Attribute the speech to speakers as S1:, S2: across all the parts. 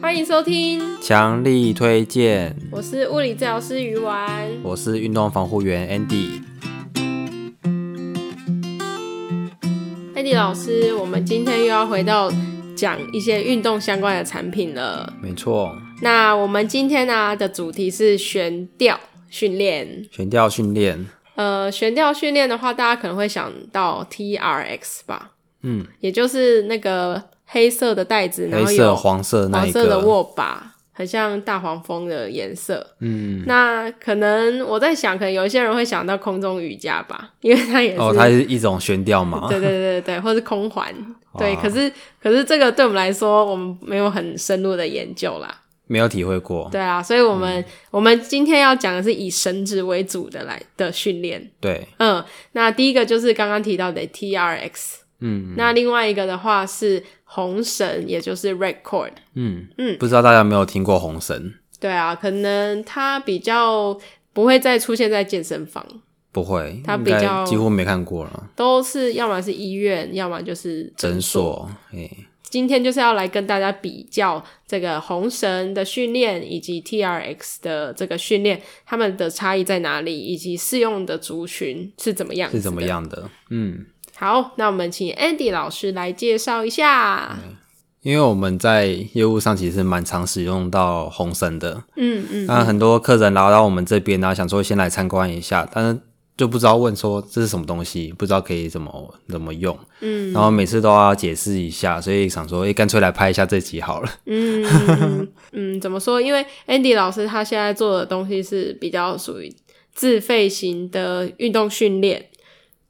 S1: 欢迎收听，
S2: 强力推荐，
S1: 我是物理治疗师鱼丸。
S2: 我是运动防护员 Andy。
S1: 艾迪老师，我们今天又要回到讲一些运动相关的产品了。
S2: 没错，
S1: 那我们今天呢、的主题是悬吊训练。
S2: 悬吊训练，
S1: 呃，悬吊训练的话，大家可能会想到 T R X 吧，
S2: 嗯，
S1: 也就是那个黑色的带子，然
S2: 黑
S1: 后
S2: 色、
S1: 有
S2: 黄色那
S1: 黄
S2: 一
S1: 色的
S2: 个，
S1: 握把，很像大黄蜂的颜色。
S2: 嗯，
S1: 那可能我在想，可能有一些人会想到空中瑜伽吧，因为它也是，
S2: 哦，它是一种悬吊嘛，
S1: 对对对对对，或是空环，
S2: 哇
S1: 对。可是可是这个对我们来说，我们没有很深入的研究啦，
S2: 没有体会过，
S1: 对啊，所以我
S2: 嗯
S1: 们、我们今天要讲的是以绳子为主的来的训练，
S2: 对，
S1: 嗯，那第一个就是刚刚提到的 T R X，、
S2: 嗯
S1: 那另外一个的话是红绳，也就是 red cord，
S2: 嗯
S1: 嗯
S2: 不知道大家有没有听过红绳？
S1: 对啊，可能它比较不会再出现在健身房。
S2: 不会，
S1: 它
S2: 应
S1: 比
S2: 该
S1: 较
S2: 几乎没看过了。
S1: 都是要么是医院，要么就是
S2: 诊
S1: 所。
S2: 所，哎，
S1: 今天就是要来跟大家比较这个红绳的训练以及 T R X 的这个训练，它们的差异在哪里，以及适用的族群是怎么样，
S2: 是怎么。样的？嗯，
S1: 好，那我们请 Andy 老师来介绍一
S2: 嗯
S1: 下。
S2: 因为我们在业务上其实蛮常使用到红绳的，
S1: 嗯嗯，
S2: 那很多客人来到我们这边呢、想说先来参观一下，但是就不知道问说这是什么东西，不知道可以怎么怎么用，嗯，然后每次都要解释一下，所以想说，诶、干脆来拍一下这集好了，
S1: 嗯嗯嗯，怎么说？因为 Andy 老师他现在做的东西是比较属于自费型的运动训练，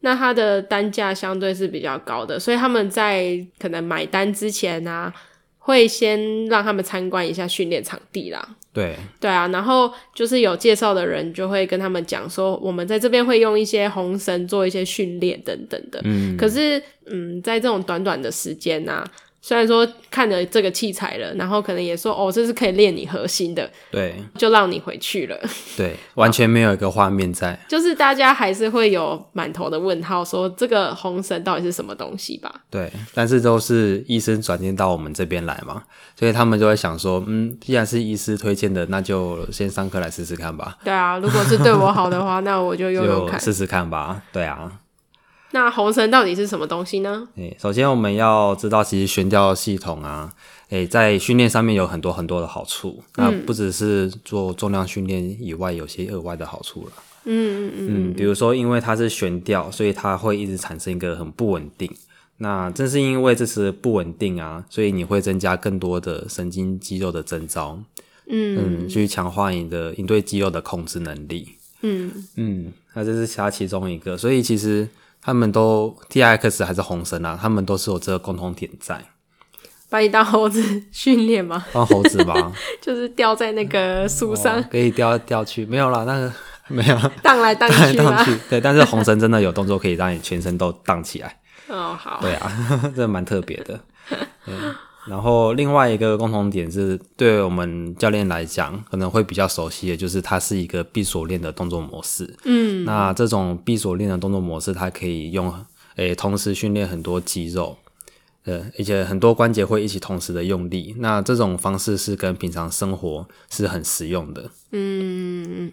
S1: 那他的单价相对是比较高的，所以他们在可能买单之前啊，会先让他们参观一下训练场地啦。
S2: 对，
S1: 对啊，然后就是有介绍的人就会跟他们讲说，我们在这边会用一些红绳做一些训练等等的。
S2: 嗯，
S1: 可是，嗯，在这种短短的时间呐、虽然说看了这个器材了，然后可能也说哦，这是可以练你核心的，
S2: 对
S1: 就让你回去了。
S2: 对，完全没有一个画面在，
S1: 就是大家还是会有满头的问号说这个红绳到底是什么东西吧？
S2: 对，但是都是医生转介到我们这边来嘛，所以他们就会想说，嗯，既然是医师推荐的，那就先上课来试试看吧，
S1: 对啊，如果是对我好的话，那我就用 用
S2: 就
S1: 看。
S2: 试试看吧，对啊，
S1: 那红绳到底是什么东西呢？
S2: 诶，首先我们要知道，其实悬吊系统啊，诶，在训练上面有很多很多的好处。那
S1: 嗯
S2: 不只是做重量训练以外，有些额外的好处了。
S1: 嗯嗯
S2: 嗯，比如说，因为它是悬吊，所以它会一直产生一个很不稳定。那正是因为这次不稳定啊，所以你会增加更多的神经肌肉的征召，
S1: 嗯
S2: 嗯，去强化你的你对肌肉的控制能力。
S1: 嗯
S2: 嗯，那这是它其中一个，所以其实他们都 T I X 还是红绳啊，他们都是有这个共同点在。
S1: 把你当猴子训练吗？
S2: 当猴子吧，
S1: 就是吊在那个树上、
S2: 可以吊来吊去，没有啦，那个没有啦，
S1: 荡来荡去
S2: 荡
S1: 吗？
S2: 去。对，但是红绳真的有动作可以让你全身都荡起来，
S1: 哦，好，
S2: 对啊， 真的蛮特别的。嗯然后另外一个共同点是，对我们教练来讲，可能会比较熟悉的就是它是一个闭锁链的动作模式。
S1: 嗯
S2: 那这种闭锁链的动作模式，它可以用诶、同时训练很多肌肉，呃，而且很多关节会一起同时的用力。那这种方式是跟平常生活是很实用的。
S1: 嗯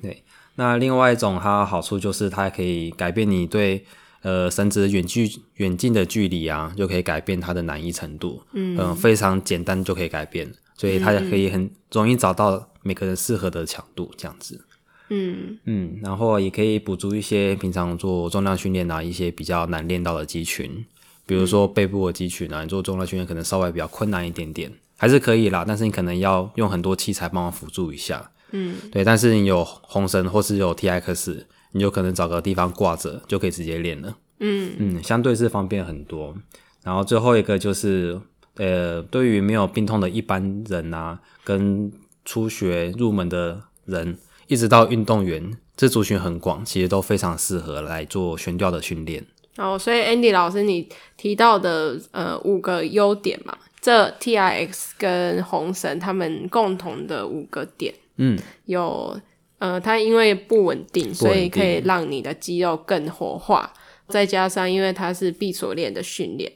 S2: 那另外一种它的好处就是它可以改变你对呃绳子远距远近的距离啊，就可以改变它的难易程度。嗯、非常简单就可以改变，所以它也可以很容易找到每个人适合的强度这样子。
S1: 嗯
S2: 嗯，然后也可以补足一些平常做重量训练啊，一些比较难练到的肌群，比如说背部的肌群啊，你做重量训练可能稍微比较困难一点点，还是可以啦，但是你可能要用很多器材帮忙辅助一下。
S1: 嗯，
S2: 对，但是你有红绳或是有 T X，你就可能找个地方挂着就可以直接练了。
S1: 嗯
S2: 嗯，相对是方便很多。然后最后一个就是，呃，对于没有病痛的一般人啊，跟初学入门的人，一直到运动员，这族群很广，其实都非常适合来做悬吊的训练。
S1: 然哦后，所以 Andy 老师，你提到的呃五个优点嘛，这 T I X 跟红绳他们共同的五个点
S2: 嗯，
S1: 有呃，它因为不稳定，所以可以让你的肌肉更活化，再加上因为它是闭锁链的训练，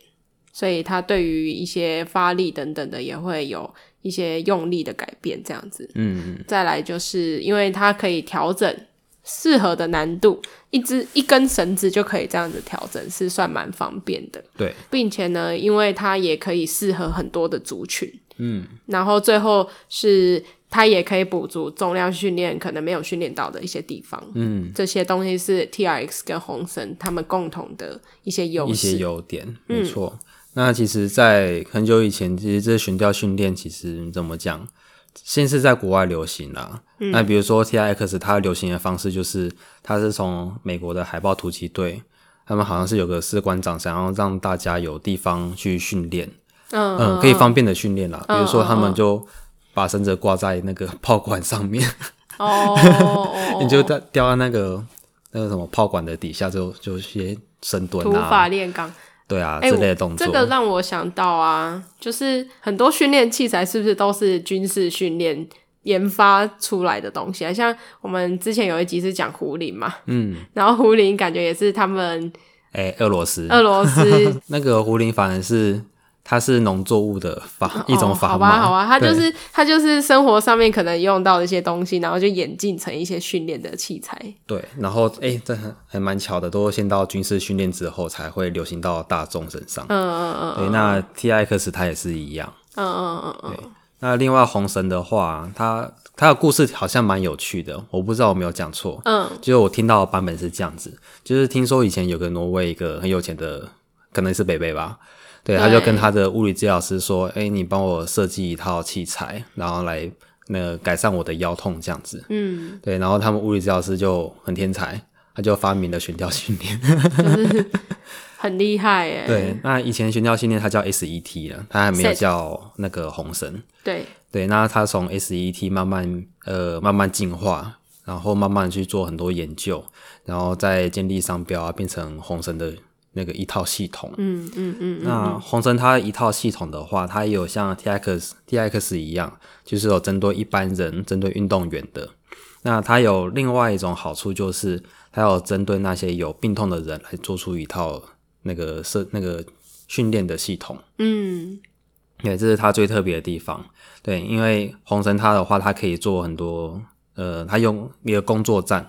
S1: 所以它对于一些发力等等的也会有一些用力的改变这样子。
S2: 嗯嗯
S1: 再来就是因为它可以调整适合的难度，一只一根绳子就可以这样子调整，是算蛮方便的。
S2: 对，
S1: 并且呢，因为它也可以适合很多的族群，
S2: 嗯，
S1: 然后最后是它也可以补足重量训练可能没有训练到的一些地方，
S2: 嗯，
S1: 这些东西是 T R X 跟红绳他们共同的一些优
S2: 一些
S1: 势，
S2: 优点，
S1: 嗯
S2: 没错。那其实，在很久以前，其实这悬吊训练其实怎么讲，先是在国外流行啦。
S1: 嗯
S2: 那比如说 T I X，它流行的方式就是，它是从美国的海豹突击队，他们好像是有个士官长，想要让大家有地方去训练，
S1: 嗯
S2: 嗯，可以方便的训练啦。比
S1: 嗯
S2: 如说，他
S1: 嗯
S2: 们
S1: 嗯
S2: 就把绳子挂在那个 炮管上面，
S1: 哦，哦
S2: 你就
S1: 哦
S2: 掉掉到那个那个什么炮管的底下，就就些深蹲
S1: 土
S2: 啊
S1: 法，炼钢，
S2: 对啊、
S1: 哎
S2: 之类
S1: 我
S2: 的动作。
S1: 这个让我想到啊，就是很多训练器材是不是都是军事训练研发出来的东西啊？像我们之前有一集是讲胡林嘛，
S2: 嗯，
S1: 然后胡林感觉也是他们
S2: 哎、俄罗斯
S1: 俄罗斯
S2: 那个胡林反而是它是农作物的法、 一种
S1: 哦
S2: 法
S1: 好
S2: 嘛，
S1: 吧，好吧，他就
S2: 对
S1: 是他就是生活上面可能用到的一些东西，然后就演进成一些训练的器材。
S2: 对，然后哎、这很还蛮巧的，都先到军事训练之后才会流行到大众身上。
S1: 嗯嗯嗯
S2: 对，那 T I X 它也是一样。
S1: 嗯嗯嗯嗯，
S2: 那另外红绳的话，它它的故事好像蛮有趣的，我不知道我没有讲错。
S1: 嗯，
S2: 就是我听到的版本是这样子，就是听说以前有个挪威一个很有钱的，可能是北北吧，对，
S1: 对
S2: 他就跟他的物理治疗师说：“哎、你帮我设计一套器材，然后来那个改善我的腰痛这样子。”
S1: 嗯，
S2: 对，然后他们物理治疗师就很天才，他就发明了悬吊训练。
S1: 很厉害耶。
S2: 对，那以前悬吊训练它叫 SET 了，啊它还没有
S1: Set
S2: 叫那个红绳。
S1: 对
S2: 对，那它从 SET 慢慢呃慢慢进化，然后慢慢去做很多研究，然后再建立商标啊，变成红绳的那个一套系统。
S1: 嗯嗯嗯
S2: 那红绳它一套系统的话，它也有像 T X T X 一样，就是有针对一般人、针对运动员的。那它有另外一种好处，就是它有针对那些有病痛的人来做出一套那个设那个训练的系统。
S1: 嗯
S2: 对，这是它最特别的地方。对，因为红绳它的话，它可以做很多，呃，它用一个工作站，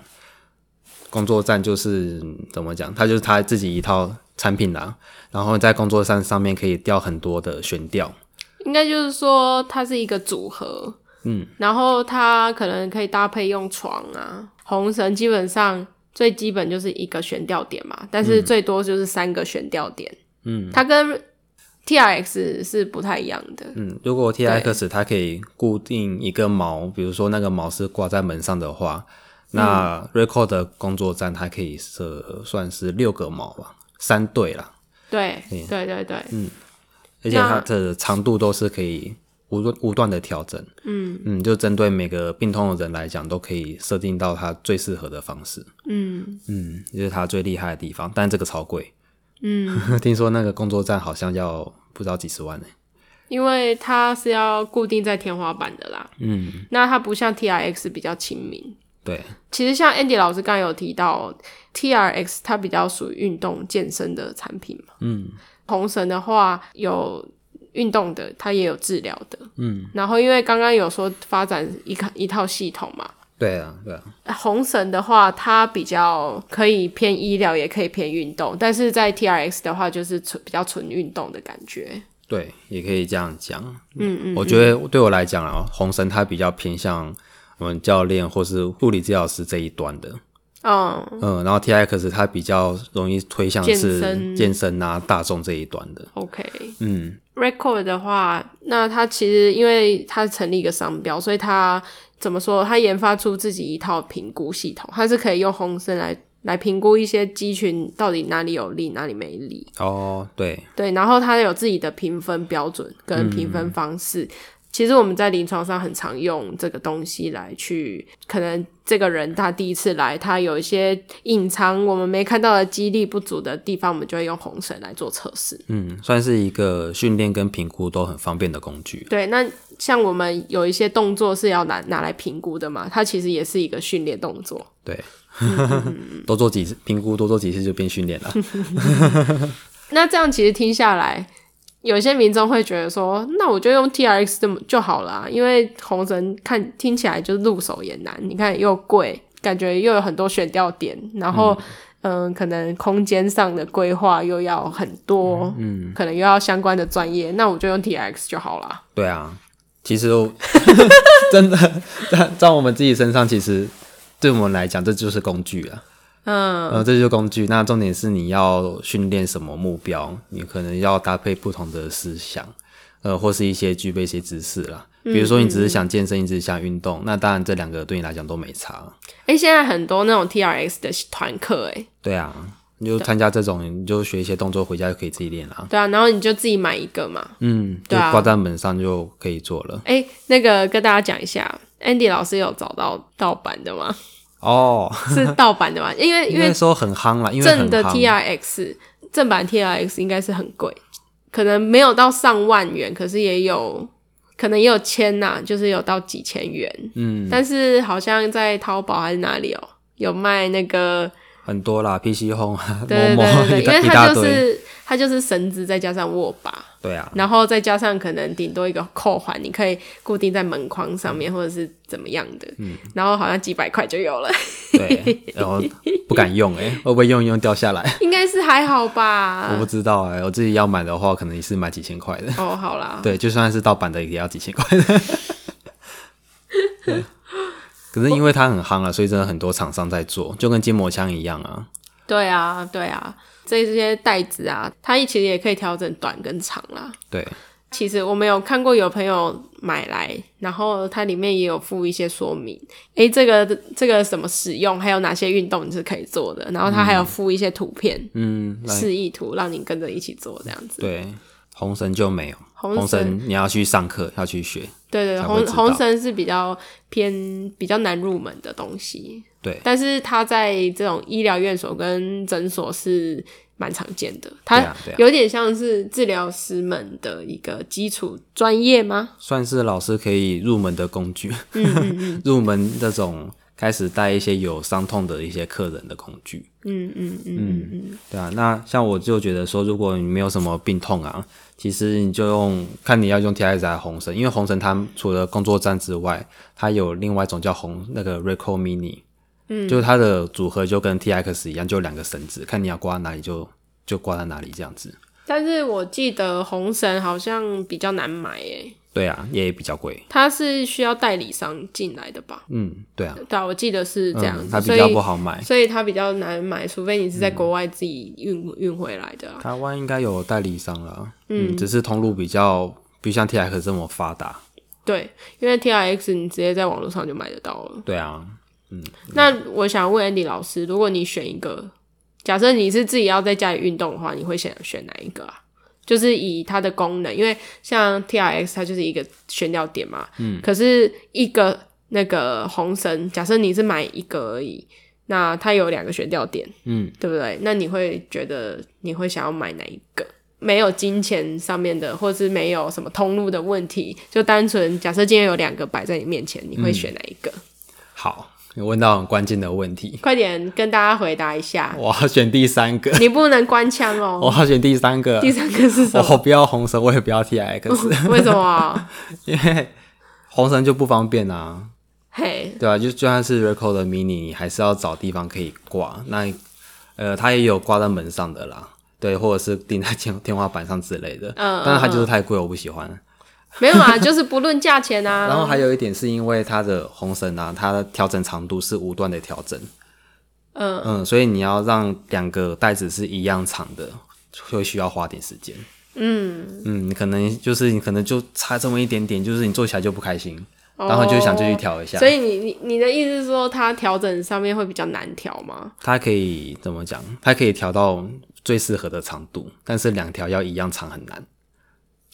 S2: 工作站就是嗯怎么讲，它就是它自己一套产品啦。然后在工作站上面可以吊很多的悬吊，
S1: 应该就是说它是一个组合，
S2: 嗯，
S1: 然后它可能可以搭配用床啊，红绳基本上。最基本就是一个悬吊点嘛，但是最多就是三个悬吊点。
S2: 嗯
S1: 它跟 T R X 是不太一样的。
S2: 嗯。如果 T X 它可以固定一个毛，比如说那个毛是挂在门上的话，那 Record 的工作站它可以设算是六个毛吧，三对啦。
S1: 对
S2: 嗯
S1: 对对对，
S2: 而且它
S1: 那
S2: 的长度都是可以无论无段的调整，
S1: 嗯
S2: 嗯，就针对每个病痛的人来讲，都可以设定到它最适合的方式，
S1: 嗯
S2: 嗯，这、是它最厉害的地方。但这个超贵，
S1: 嗯，
S2: 听说那个工作站好像要不知道几十万呢、
S1: 因为它是要固定在天花板的啦，
S2: 嗯，
S1: 那它不像 T R X 比较亲民。
S2: 对，
S1: 其实像 Andy 老师刚刚有提到，T R X 它比较属于运动健身的产品嘛。
S2: 嗯
S1: 红绳的话有运动的，它也有治疗的。
S2: 嗯，
S1: 然后因为刚刚有说发展一个一套系统嘛，
S2: 对啊，对啊，
S1: 红绳的话，它比较可以偏医疗，也可以偏运动，但是在 T R X 的话，就是纯比较纯运动的感觉。
S2: 对，也可以这样讲。
S1: 嗯嗯，
S2: 我觉得对我来讲啊，红绳它比较偏向我们教练或是护理治疗师这一端的，
S1: 嗯，
S2: 嗯，然后 T X 它比较容易推向
S1: 健
S2: 是
S1: 身
S2: 健身啊、大众这一端的。
S1: OK。
S2: 嗯，
S1: Record 的话，那它其实因为它成立一个商标，所以它怎么说？它研发出自己一套评估系统，它是可以用红绳来来评估一些肌群到底哪里有力，哪里没力。
S2: 哦，对，
S1: 对，然后它有自己的评分标准跟评分方式。其实我们在临床上很常用这个东西来去，可能这个人他第一次来，他有一些隐藏我们没看到的肌力不足的地方，我们就会用红绳来做测试。
S2: 嗯，算是一个训练跟评估都很方便的工具。
S1: 对，那像我们有一些动作是要拿拿来评估的嘛，它其实也是一个训练动作。
S2: 对，
S1: 嗯
S2: 多做几次评估，多做几次就变训练了。
S1: 那这样其实听下来，有些民众会觉得说，那我就用 T R X 就就好了、啊，因为红绳看听起来就是入手也难，你看又贵，感觉又有很多选调点，然后嗯、呃可能空间上的规划又要很多，嗯，可能又要相关的专业，那我就用 T R X 就好了。
S2: 对啊，其 实我真的在在我们自己身上，其实对我们来讲，这就是工具啊。嗯，呃，这就是工具。那重点是你要训练什么目标，你可能要搭配不同的思想，呃，或是一些具备一些知识啦。比如说，你
S1: 嗯
S2: 只是想健身，你只是想运动，那当然这两个对你来讲都没差。
S1: 诶，现在很多那种 T R X 的团课，诶，
S2: 对啊，你就参加这种，你就学一些动作，回家就可以自己练啦。
S1: 对啊，然后你就自己买一个嘛，
S2: 嗯，就
S1: 对啊
S2: 挂在门上就可以做了。
S1: 哎、那个跟大家讲一下，Andy 老师有找到盗版的吗？
S2: 哦，
S1: 是盗版的吗？因为因
S2: 因为
S1: 为
S2: 说很夯啦，因为
S1: 正
S2: 很
S1: 的
S2: 夯。
S1: T R X 正版 T R X 应该是很贵，可能没有到上万元，可是也有可能也有千呐、就是有到几千元。嗯，但是好像在淘宝还是哪里哦，有卖那个
S2: 很多啦，PC Home 啊、
S1: 对对
S2: 某某
S1: 对对对，
S2: 一大
S1: 因为
S2: 一
S1: 它
S2: 大
S1: 就
S2: 堆，
S1: 是它就是绳子再加上握把，
S2: 对啊，
S1: 然后再加上可能顶多一个扣环，你可以固定在门框上面或者是怎么样的，然后好像几百块就有了，
S2: 对，然后不敢用哎、会不会用一用掉下来？
S1: 应该是还好
S2: 我
S1: 吧
S2: 不？知道哎、我自己要买的话，可能也是买几千块的。
S1: 哦，好啦，
S2: 对，就算是盗版的也要几千块的。 对可是因为它很夯啊了，所以真的很多厂商在做，就跟筋膜枪一样啊。
S1: 对啊，对啊，这些袋子啊，它其实也可以调整短跟长啦。
S2: 对，
S1: 其实我们有看过有朋友买来，然后它里面也有附一些说明，诶，这个这个怎么使用，还有哪些运动你是可以做的，然后它还有附一些图片、
S2: 嗯，来
S1: 示意图，让你跟着一起做这样子。
S2: 对，红绳就没有，
S1: 红
S2: 红
S1: 绳
S2: 绳你要去上课，要去学。
S1: 对对，
S2: 才
S1: 红
S2: 会知道
S1: 红绳是比较偏比较难入门的东西，
S2: 对，
S1: 但是它在这种医疗院所跟诊所是蛮常见的，
S2: 对
S1: 它
S2: 啊对啊
S1: 有点像是治疗师们的一个基础专业吗？
S2: 算是老师可以入门的工具，
S1: 嗯
S2: 入门这种开始带一些有伤痛的一些客人的工具。
S1: 嗯嗯嗯嗯
S2: 对啊，那像我就觉得说，如果你没有什么病痛啊，其实你就用看你要用 T I S 还是红绳，因为红绳它除了工作站之外，它有另外一种叫红那个 Reco Mini，嗯，就是它的组合就跟 T X 一样，就两个绳子，看你要挂哪里就就挂在哪里这样子。
S1: 但是我记得红绳好像比较难买诶，
S2: 对啊，也比较贵。
S1: 它是需要代理商进来的吧？
S2: 嗯，对啊，
S1: 对啊，我记得是这样
S2: 嗯，
S1: 子，
S2: 它比
S1: 所
S2: 较不
S1: 以
S2: 好买。
S1: 所以它比较难买，除非你是在国外自己运运回来的啊。
S2: 台湾应该有代理商了，嗯，只是通路比较不像 T X 这么发达。
S1: 对，因为 T R X 你直接在网络上就买得到了。
S2: 对啊，
S1: 那我想问 Andy 老师，如果你选一个，假设你是自己要在家里运动的话，你会选选哪一个啊？就是以它的功能，因为像 T R X 它就是一个悬吊点嘛，嗯，可是一个那个红绳，假设你是买一个而已，那它有两个悬吊点，
S2: 嗯，
S1: 对不对？那你会觉得你会想要买哪一个？没有金钱上面的，或是没有什么通路的问题，就单纯假设今天有两个摆在你面前，你会选哪一个？
S2: 好，你问到很关键的问题。
S1: 快点跟大家回答一下，
S2: 我要选第三个，
S1: 你不能关枪哦。
S2: 我要选第三个
S1: 第。三个是什么？
S2: 我不要红绳，我也不要 T X，
S1: 为什么啊？
S2: 因为红绳就不方便啊，
S1: 嘿，
S2: 对吧、啊就就算是 Reco 的 mini，你还是要找地方可以挂。那呃，它也有挂在门上的啦，对，或者是钉在天天花板上之类的。
S1: 嗯
S2: 但是它就是太贵，我不喜欢。
S1: 没有啊，就是不论价钱啊。
S2: 然后还有一点是因为它的红绳啊，它的调整长度是无段的调整，
S1: 嗯，
S2: 嗯，所以你要让两个带子是一样长的，会需要花点时间。嗯嗯，你可能就是你可能就差这么一点点，就是你做起来就不开心，然后你就想继续调一
S1: 哦
S2: 下。
S1: 所以你你你的意思是说，它调整上面会比较难调吗？
S2: 它可以怎么讲？它可以调到最适合的长度，但是两条要一样长很难。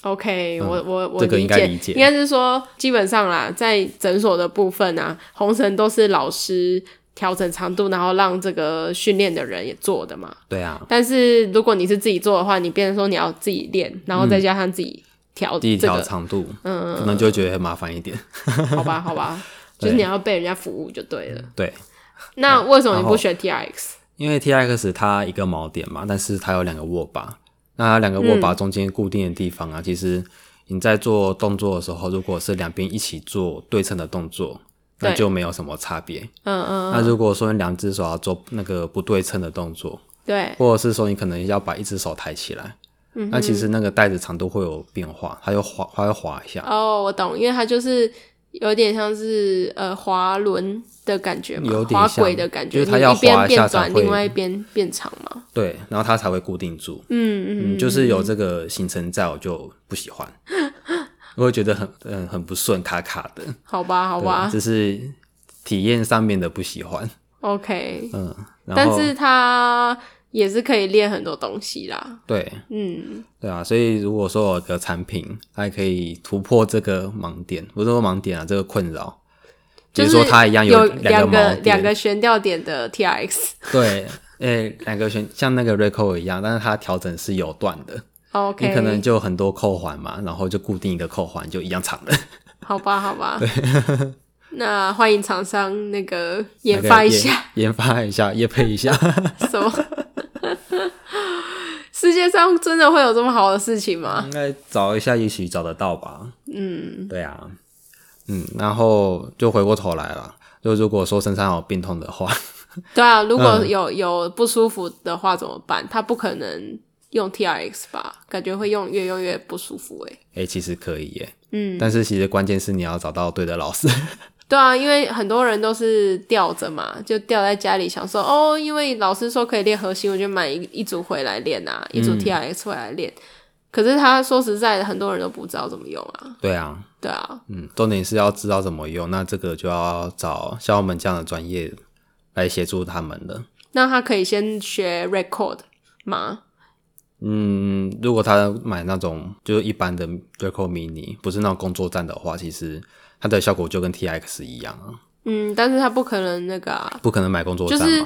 S1: OK，、我我我
S2: 嗯这个
S1: 理
S2: 应该理解
S1: 应该是说基本上啦，在诊所的部分啊，红绳都是老师调整长度，然后让这个训练的人也做的嘛。
S2: 对啊，
S1: 但是如果你是自己做的话，你变成说你要自己练，然
S2: 嗯
S1: 后再加上自己调
S2: 第一
S1: 这
S2: 条
S1: 个，嗯
S2: 长度，可能就会觉得很麻烦一点。
S1: 好吧，好 吧，就是你要被人家服务就对了。
S2: 嗯对，
S1: 那为什么你
S2: 然
S1: 不
S2: 后
S1: 选 T R X？
S2: 因为 T X 它一个锚点嘛，但是它有两个握把，那它两个握
S1: 嗯
S2: 把中间固定的地方啊，其实你在做动作的时候，如果是两边一起做对称的动作，那
S1: 对
S2: 就没有什么差别。
S1: 嗯嗯，
S2: 那如果说你两只手要做那个不对称的动作，
S1: 对，
S2: 或者是说你可能要把一只手抬起来，
S1: 嗯
S2: 那其实那个带子长度会有变化，它又滑，它会滑一下，
S1: 哦，我懂，因为它就是有点像是呃滑轮的感觉嘛，
S2: 有点
S1: 滑
S2: 像
S1: 轨的感觉，
S2: 就是它
S1: 你
S2: 要
S1: 一边
S2: 滑一
S1: 变
S2: 下才
S1: 短，
S2: 会
S1: 另外一边变长嘛。
S2: 对，然后它才会固定住。
S1: 嗯嗯，
S2: 嗯，就是有这个行程在，我就不喜欢， 我会觉得很嗯很不顺，卡卡的。
S1: 好吧，好
S2: 对
S1: 吧
S2: 这是体验上面的不喜欢。
S1: ，OK，
S2: 嗯，然
S1: 但
S2: 后
S1: 是它也是可以练很多东西啦。
S2: 对
S1: 嗯，
S2: 对啊，所以如果说我的产品它也可以突破这个盲点，不是说盲点啊，这个困扰，比
S1: 就
S2: 如
S1: 是
S2: 说它一样
S1: 有
S2: 两
S1: 两
S2: 个盲
S1: 两
S2: 点，
S1: 个悬吊点的 TRX。
S2: 对，诶、两个选像那个 Reco 一样，但是它调整是有段的，
S1: 哦 OK，
S2: 你可能就很多扣环嘛，然后就固定一个扣环就一样长了。
S1: 好吧，好吧。那欢迎厂商那个 研发一 下，
S2: 研，研发一下，也配一下。
S1: 什么？世界上真的会有这么好的事情吗？
S2: 应该找一下，也许找得到吧。嗯，对啊，嗯，然后就回过头来了，就如果说身上有病痛的话，
S1: 对啊，如果有、有不舒服的话怎么办？他不可能用 T R X 吧？感觉会用越用越不舒服欸诶、
S2: 哎、其实可以耶。
S1: 嗯，
S2: 但是其实关键是你要找到对的老师。
S1: 对啊，因为很多人都是吊着嘛，就吊在家里，想说哦，因为老师说可以练核心，我就买一一组回来练啊，一组 T R X 回来练。可是他说实在的，很多人都不知道怎么用啊。
S2: 对啊，
S1: 对啊，
S2: 嗯，重点是要知道怎么用，那这个就要找像我们这样的专业来协助他们了。
S1: 那他可以先学 record 吗？
S2: 嗯，如果他买那种就是一般的 Reco Mini，不是那种工作站的话，其实它的效果就跟 TX 一样啊，
S1: 嗯，但是他不可能那个、啊，
S2: 不可能买工作站嘛。
S1: 就是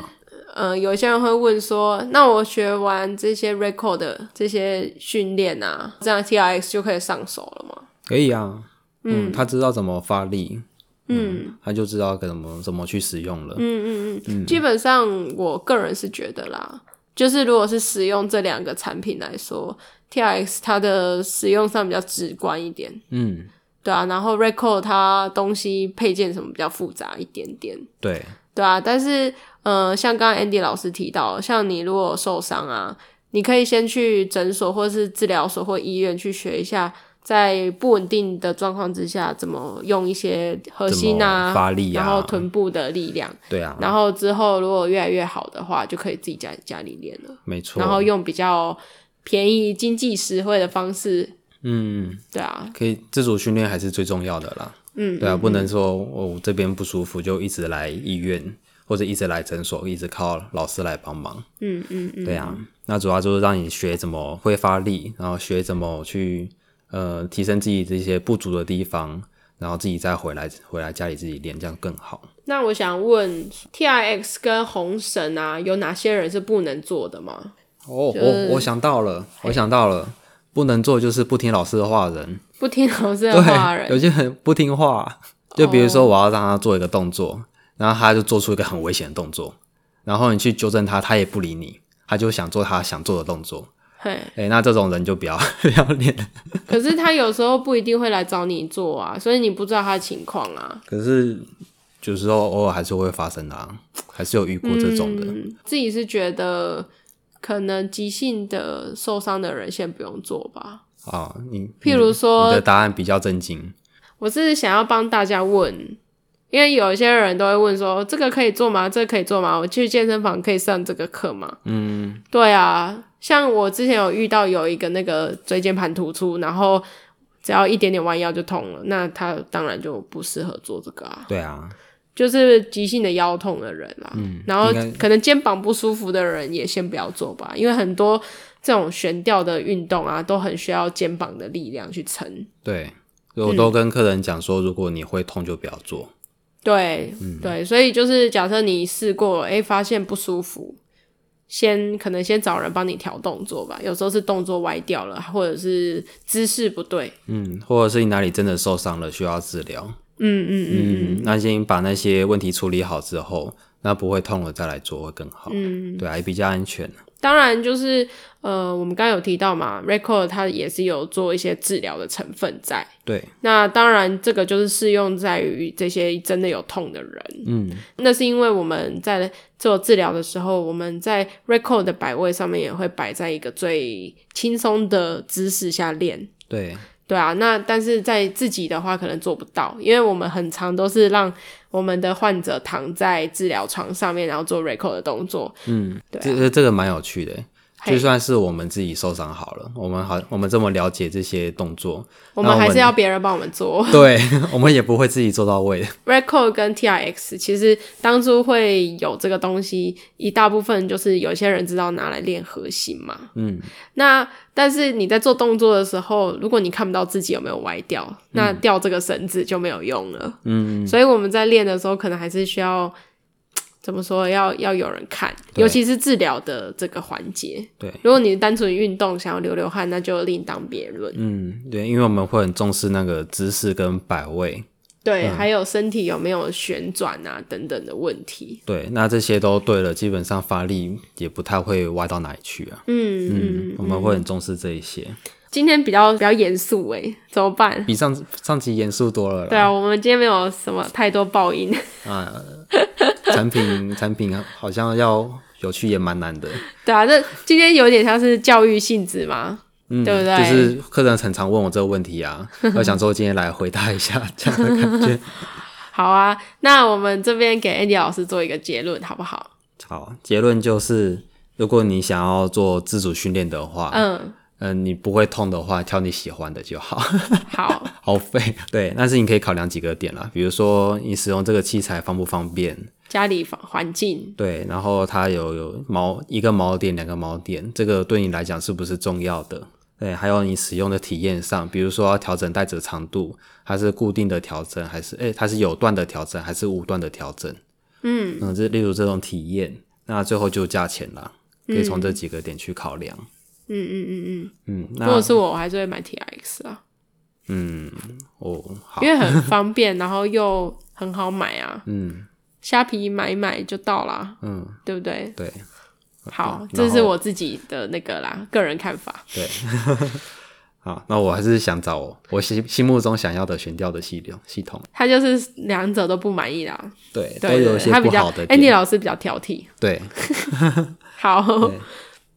S1: 呃，有些人会问说，那我学完这些 record 的这些训练啊，这样 T R X 就可以上手了吗？
S2: 可以啊，嗯，他知道怎么发力，嗯，他就知道怎么怎么去使用了，嗯，
S1: 基本上，我个人是觉得啦，就是如果是使用这两个产品来说，T R X 它的使用上比较直观一点，
S2: 嗯
S1: 对啊，然后 record 它东西配件什么比较复杂一点点，
S2: 对，
S1: 对啊，但是呃，像刚刚 Andy 老师提到，像你如果受伤啊，你可以先去诊所或是治疗所或医院去学一下，在不稳定的状况之下，怎么用一些核心
S2: 怎么
S1: 啊、
S2: 发力
S1: 然
S2: 啊
S1: 后臀部的力量，
S2: 对啊，
S1: 然后之后如果越来越好的话，就可以自己在家里练了，
S2: 没错，
S1: 然后用比较便宜、经济实惠的方式，
S2: 嗯，
S1: 对啊，
S2: 可以自主训练还是最重要的啦，
S1: 嗯，
S2: 对啊，不能说我、这边不舒服就一直来医院或者一直来诊所，一直靠老师来帮忙，
S1: 嗯嗯嗯，
S2: 对啊，那主要就是让你学怎么挥发力，然后学怎么去呃提升自己这些不足的地方，然后自己再回来回来家里自己练，这样更好。
S1: 那我想问，T I X 跟红绳啊，有哪些人是不能做的吗？
S2: 哦，
S1: 就是
S2: 我我想到了，我想到了，不能做就是不听老师的话的人，
S1: 不听老师的话的人，
S2: 对，有
S1: 哦
S2: 些很不听话，啊就比如说我要让他做一个动作，然后他就做出一个很危险的动作，然后你去纠正他，他也不理你，他就想做他想做的动作，
S1: 嘿，
S2: 哎，那这种人就 不要不要练了。
S1: 可是他有时候不一定会来找你做啊，所以你不知道他的情况啊。
S2: 可是有时候偶尔还是会发生的、啊，还是有遇过这种的，
S1: 嗯，自己是觉得可能急性的受伤的人先不用做吧。
S2: 啊，你
S1: 譬如
S2: 你
S1: 说
S2: 的，答案比较震惊，
S1: 我是想要帮大家问，因为有一些人都会问说，这个可以做吗？这个可以做吗？我去健身房可以上这个课吗？
S2: 嗯，
S1: 对啊，像我之前有遇到有一个那个椎间盘突出，然后只要一点点弯腰就痛了，那他当然就不适合做这个啊，
S2: 对啊，
S1: 就是急性的腰痛的人啦。嗯，然后
S2: 应该
S1: 可能肩膀不舒服的人也先不要做吧，因为很多这种悬吊的运动啊，都很需要肩膀的力量去撑。
S2: 对，所以我
S1: 嗯
S2: 都跟客人讲说，如果你会痛就不要做。
S1: 对、
S2: 嗯
S1: 对，所以就是假设你试过了，哎，发现不舒服，先可能先找人帮你调动作吧。有时候是动作歪掉了，或者是姿势不对。
S2: 嗯，或者是你哪里真的受伤了需要治疗，
S1: 嗯嗯嗯
S2: 嗯，那先把那些问题处理好之后，那不会痛了再来做会更好，嗯，对啊，也比较安全。
S1: 当然，就是呃，我们刚刚有提到嘛，Record 它也是有做一些治疗的成分在。
S2: 对，
S1: 那当然，这个就是适用在于这些真的有痛的人。
S2: 嗯，
S1: 那是因为我们在做治疗的时候，我们在 Record 的摆位上面也会摆在一个最轻松的姿势下练。
S2: 对，
S1: 对啊，那但是在自己的话可能做不到，因为我们很常都是让我们的患者躺在治疗床上面，然后做 record 的动作。
S2: 嗯，
S1: 对啊
S2: 这这这个蛮有趣的。
S1: 嘿
S2: 就算是我们自己受伤好了，我们好，我们这么了解这些动作，
S1: 我们
S2: 那我
S1: 还
S2: 们
S1: 是要别人帮我们做
S2: 对 我们也不会自己做到位的。
S1: record 跟 TRX。其实当初会有这个东西，一大部分就是有些人知道拿来练核心嘛。
S2: 嗯，
S1: 那但是你在做动作的时候，如果你看不到自己有没有歪掉，那掉这个绳子就没有用了。
S2: 嗯，
S1: 所以我们在练的时候，可能还是需要怎么说，要要有人看，
S2: 对
S1: 尤其是治疗的这个环节。
S2: 对，
S1: 如果你单纯运动想要流流汗，那就另当别论。
S2: 嗯，对，因为我们会很重视那个姿势跟摆位，
S1: 对，还有身体有没有旋转啊等等的问题。
S2: 对，那这些都对了，基本上发力也不太会歪到哪里去啊。
S1: 嗯
S2: 嗯
S1: 嗯，，
S2: 我们会很重视这一些，
S1: 今天比较比较严肃诶，怎么办？
S2: 比上上集严肃多了啦。
S1: 对啊，我们今天没有什么太多爆音。
S2: 啊，产品产品好像要有趣也蛮难的，
S1: 对啊，这今天有点像是教育性质嘛。
S2: 嗯，
S1: 对不对
S2: 就是客人很常问我这个问题啊，我想说今天来回答一下这样的感觉。
S1: 好啊，那我们这边给 Andy 老师做一个结论，好不好？
S2: 好，结论就是，如果你想要做自主训练的话，嗯、
S1: 嗯，
S2: 你不会痛的话，挑你喜欢的就好。
S1: 好。
S2: 好费，对，但是你可以考量几个点啦，比如说你使用这个器材方不方便，
S1: 家里环环境，
S2: 对，然后它有有锚一个锚点两个锚点，这个对你来讲是不是重要的？对，还有你使用的体验上，比如说要调整带子的长度，它是固定的调整还是诶、它是有段的调整还是无段的调整？
S1: 嗯
S2: 嗯，这例如这种体验，那最后就价钱啦，可以从这几个点去考量。
S1: 嗯嗯嗯嗯。
S2: 嗯，
S1: 如果
S2: 那
S1: 是我，我还是会买 T X 啊，
S2: 嗯，哦，好
S1: 因，为很方便，然后又很好买啊，
S2: 嗯
S1: 虾皮买一买就到啦，
S2: 嗯，
S1: 对不对？
S2: 对。
S1: 好
S2: 嗯，
S1: 这
S2: 然
S1: 是
S2: 后
S1: 我自己的那个啦，个人看法。
S2: 对，好，那我还是想找我我心心目中想要的悬吊的系统系统，
S1: 他就是两者都不满意啦，
S2: 对，
S1: 对
S2: 都
S1: 对
S2: 有一
S1: 对，
S2: 些
S1: 他比
S2: 不
S1: 较
S2: 好的
S1: Andy
S2: 点，
S1: 老师比较挑剔。
S2: 对
S1: 好，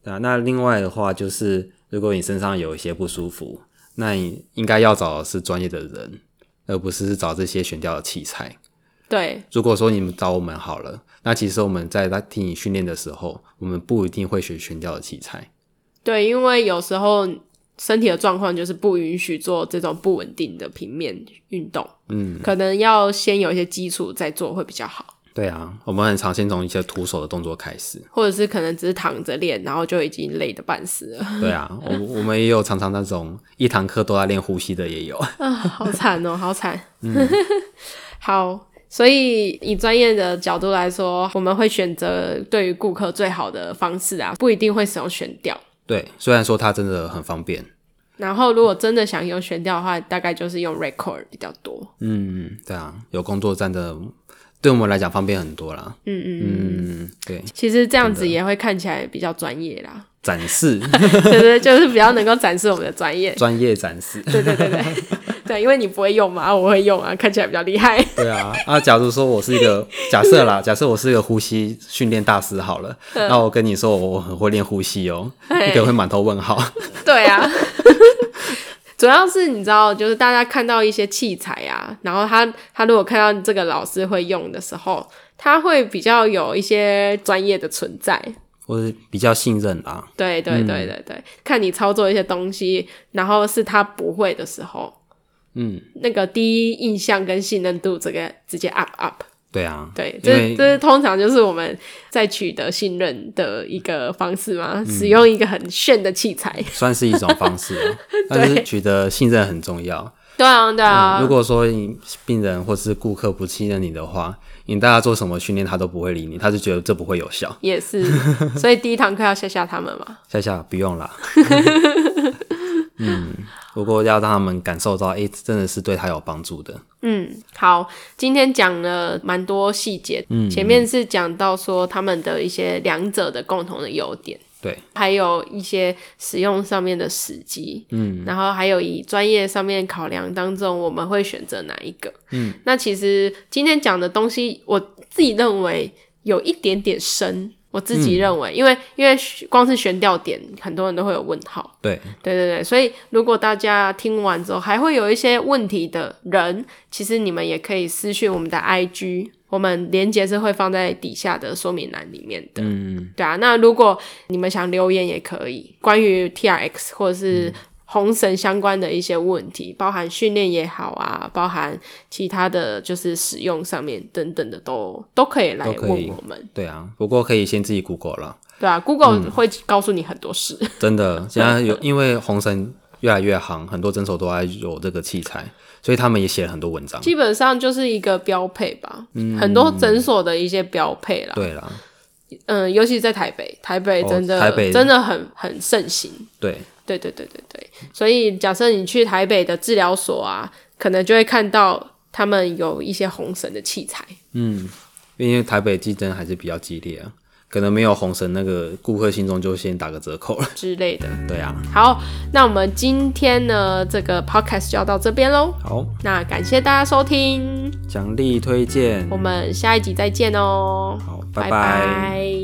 S2: 啊。那另外的话就是，如果你身上有一些不舒服，那你应该要找的是专业的人，而不是找这些悬吊的器材。
S1: 对
S2: 如果说你们找我们好了，那其实我们在在替你训练的时候，我们不一定会学悬吊的器材。
S1: 对，因为有时候身体的状况就是不允许做这种不稳定的平面运动，
S2: 嗯，
S1: 可能要先有一些基础再做会比较好。
S2: 对啊，我们很常先从一些徒手的动作开始。
S1: 或者是可能只是躺着练，然后就已经累得半死了，
S2: 对啊，我我们也有常常那种一堂课都在练呼吸的也有。
S1: 啊，好惨哦，好惨。
S2: 嗯
S1: 好，所以以专业的角度来说，我们会选择对于顾客最好的方式啊，不一定会使用悬吊。
S2: 对，虽然说它真的很方便，
S1: 然后，如果真的想用悬吊的话，大概就是用 record 比较多。
S2: 嗯，对啊，有工作站的，对我们来讲方便很多啦。
S1: 嗯嗯嗯，
S2: 嗯，对，
S1: 其实这样子也会看起来比较专业啦，
S2: 展示
S1: 对对对，就是比较能够展示我们的专业。
S2: 专业展示，
S1: 对对对对对，因为你不会用嘛，我会用啊，看起来比较厉害。
S2: 对啊。啊，假如说我是一 个假设啦，假设我是一个呼吸训练大师好 了，那我跟你说我我很会练呼吸哦，你可能会满头问 号。
S1: 对啊， 主要是你知道，就是大家看到一些器材啊，然后他他如果看到这个老师会用的时候，他会比较有一些专业的存在。
S2: 我是比较信任啦，
S1: 对对
S2: 嗯
S1: 对对对，看你操作一些东西，然后是他不会的时候，
S2: 嗯，
S1: 那个第一印象跟信任度这个直接 up up。
S2: 对啊，
S1: 对，
S2: 因
S1: 这
S2: 为
S1: 这通常就是我们在取得信任的一个方式嘛，
S2: 嗯
S1: 使用一个很炫的器材。
S2: 算是一种方式 哦，但是
S1: 对
S2: 取得信任很重要。
S1: 对啊，对啊。
S2: 嗯如果说你病人或是顾客不信任你的话，你大家做什么训练他都不会理你，他就觉得这不会有效。
S1: 也是，所以第一堂课要吓吓他们嘛。
S2: 夏夏不用啦。嗯，如果要让他们感受到，诶，真的是对他有帮助的。
S1: 嗯，好，今天讲了蛮
S2: 嗯
S1: 多细节，嗯，前面是讲到说他们的一些两者的共同的优点，
S2: 对，
S1: 还有一些使用上面的时机，
S2: 嗯，
S1: 然后还有以专业上面考量当中，我们会选择哪一个？
S2: 嗯，
S1: 那其实今天讲的东西，我自己认为有一点点深。我自
S2: 嗯
S1: 己认为，因为因为光是悬吊点，很多人都会有问号。
S2: 对，
S1: 对对对，所以如果大家听完之后还会有一些问题的人，其实你们也可以私讯我们的 IG，我们连接是会放在底下的说明栏里面的。
S2: 嗯，
S1: 对啊，那如果你们想留言也可以，关于 T R X 或者是
S2: 嗯
S1: 红绳相关的一些问题，包含训练也好啊，包含其他的就是使用上面等等的都都可以来
S2: 都
S1: 问
S2: 可以
S1: 我们，
S2: 对啊，不过可以先自己 Google 了，
S1: 对啊 g o o g
S2: 嗯
S1: l e 会告诉你很多事，
S2: 真的， 现在有因为红绳越来越行，很多诊所都在有这个器材，所以他们也写了很多文章。
S1: 基本上就是一个标配吧，很多诊所的一些标配啦，
S2: 嗯对啦，
S1: 嗯，尤其在台北，台北
S2: 哦
S1: 真的、
S2: 台北
S1: 真的很很盛行，
S2: 对，
S1: 对对对对对，所以假设你去台北的治疗所啊，可能就会看到他们有一些红绳的器材。
S2: 嗯，因为台北竞争还是比较激烈啊，可能没有红绳那个顾客心中就先打个折扣了。
S1: 之类的。
S2: 对啊，
S1: 好，那我们今天呢这个 podcast 就要到这边喽。
S2: 好，
S1: 那感谢大家收听，
S2: 奖励推荐，
S1: 我们下一集再见哦。
S2: 好，拜
S1: 拜
S2: 拜
S1: 拜